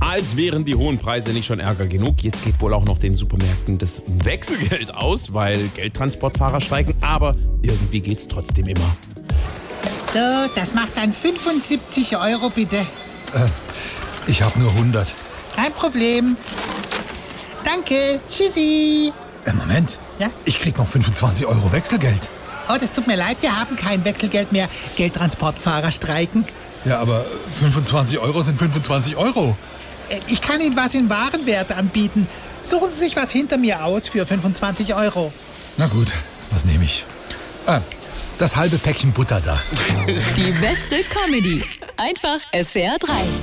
als wären die hohen Preise nicht schon Ärger genug. Jetzt geht wohl auch noch den Supermärkten das Wechselgeld aus, weil Geldtransportfahrer streiken. Aber irgendwie geht's trotzdem immer. So, das macht dann 75 Euro bitte. Ich habe nur 100. Kein Problem. Danke, tschüssi. Äh, Moment. Ja? Ich krieg noch 25 Euro Wechselgeld. Oh, das tut mir leid, wir haben kein Wechselgeld mehr. Geldtransportfahrer streiken. Ja, aber 25 Euro sind 25 Euro. Äh, Ich kann Ihnen was in Warenwert anbieten. Suchen Sie sich was hinter mir aus für 25 Euro. Na gut, was nehme ich? Ah, das halbe Päckchen Butter da. Die beste Comedy. Einfach SWR 3.